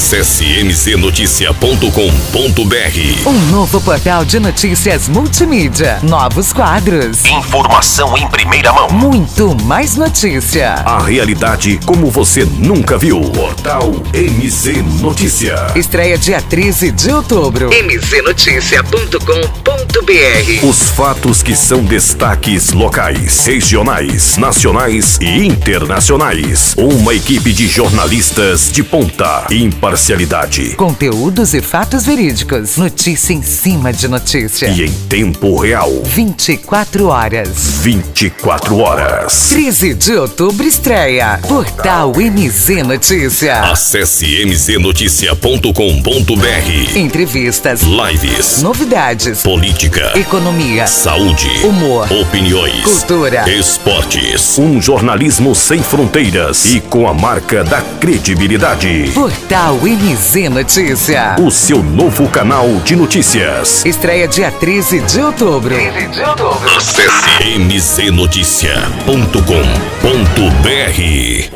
Acesse mznoticia.com.br. Um novo portal de notícias multimídia. Novos quadros. Informação em primeira mão. Muito mais notícia. A realidade como você nunca viu. Portal MZ Notícia. Estreia dia 13 de outubro. mznoticia.com.br. Os fatos que são destaques locais, regionais, nacionais e internacionais. Uma equipe de jornalistas de ponta. Imparcialidade. Conteúdos e fatos verídicos. Notícia em cima de notícia. E em tempo real. 24 horas. 24 horas. 13 de outubro estreia. Portal MZ Notícia. Acesse mznoticia.com.br. Entrevistas, Lives. novidades, Política. economia, Saúde. Humor. Opiniões. Cultura. Esportes. Um jornalismo sem fronteiras e com a marca da credibilidade. Portal MZ Notícia. O seu novo canal de notícias. Estreia dia 13 de outubro. Acesse mznoticia.com.br.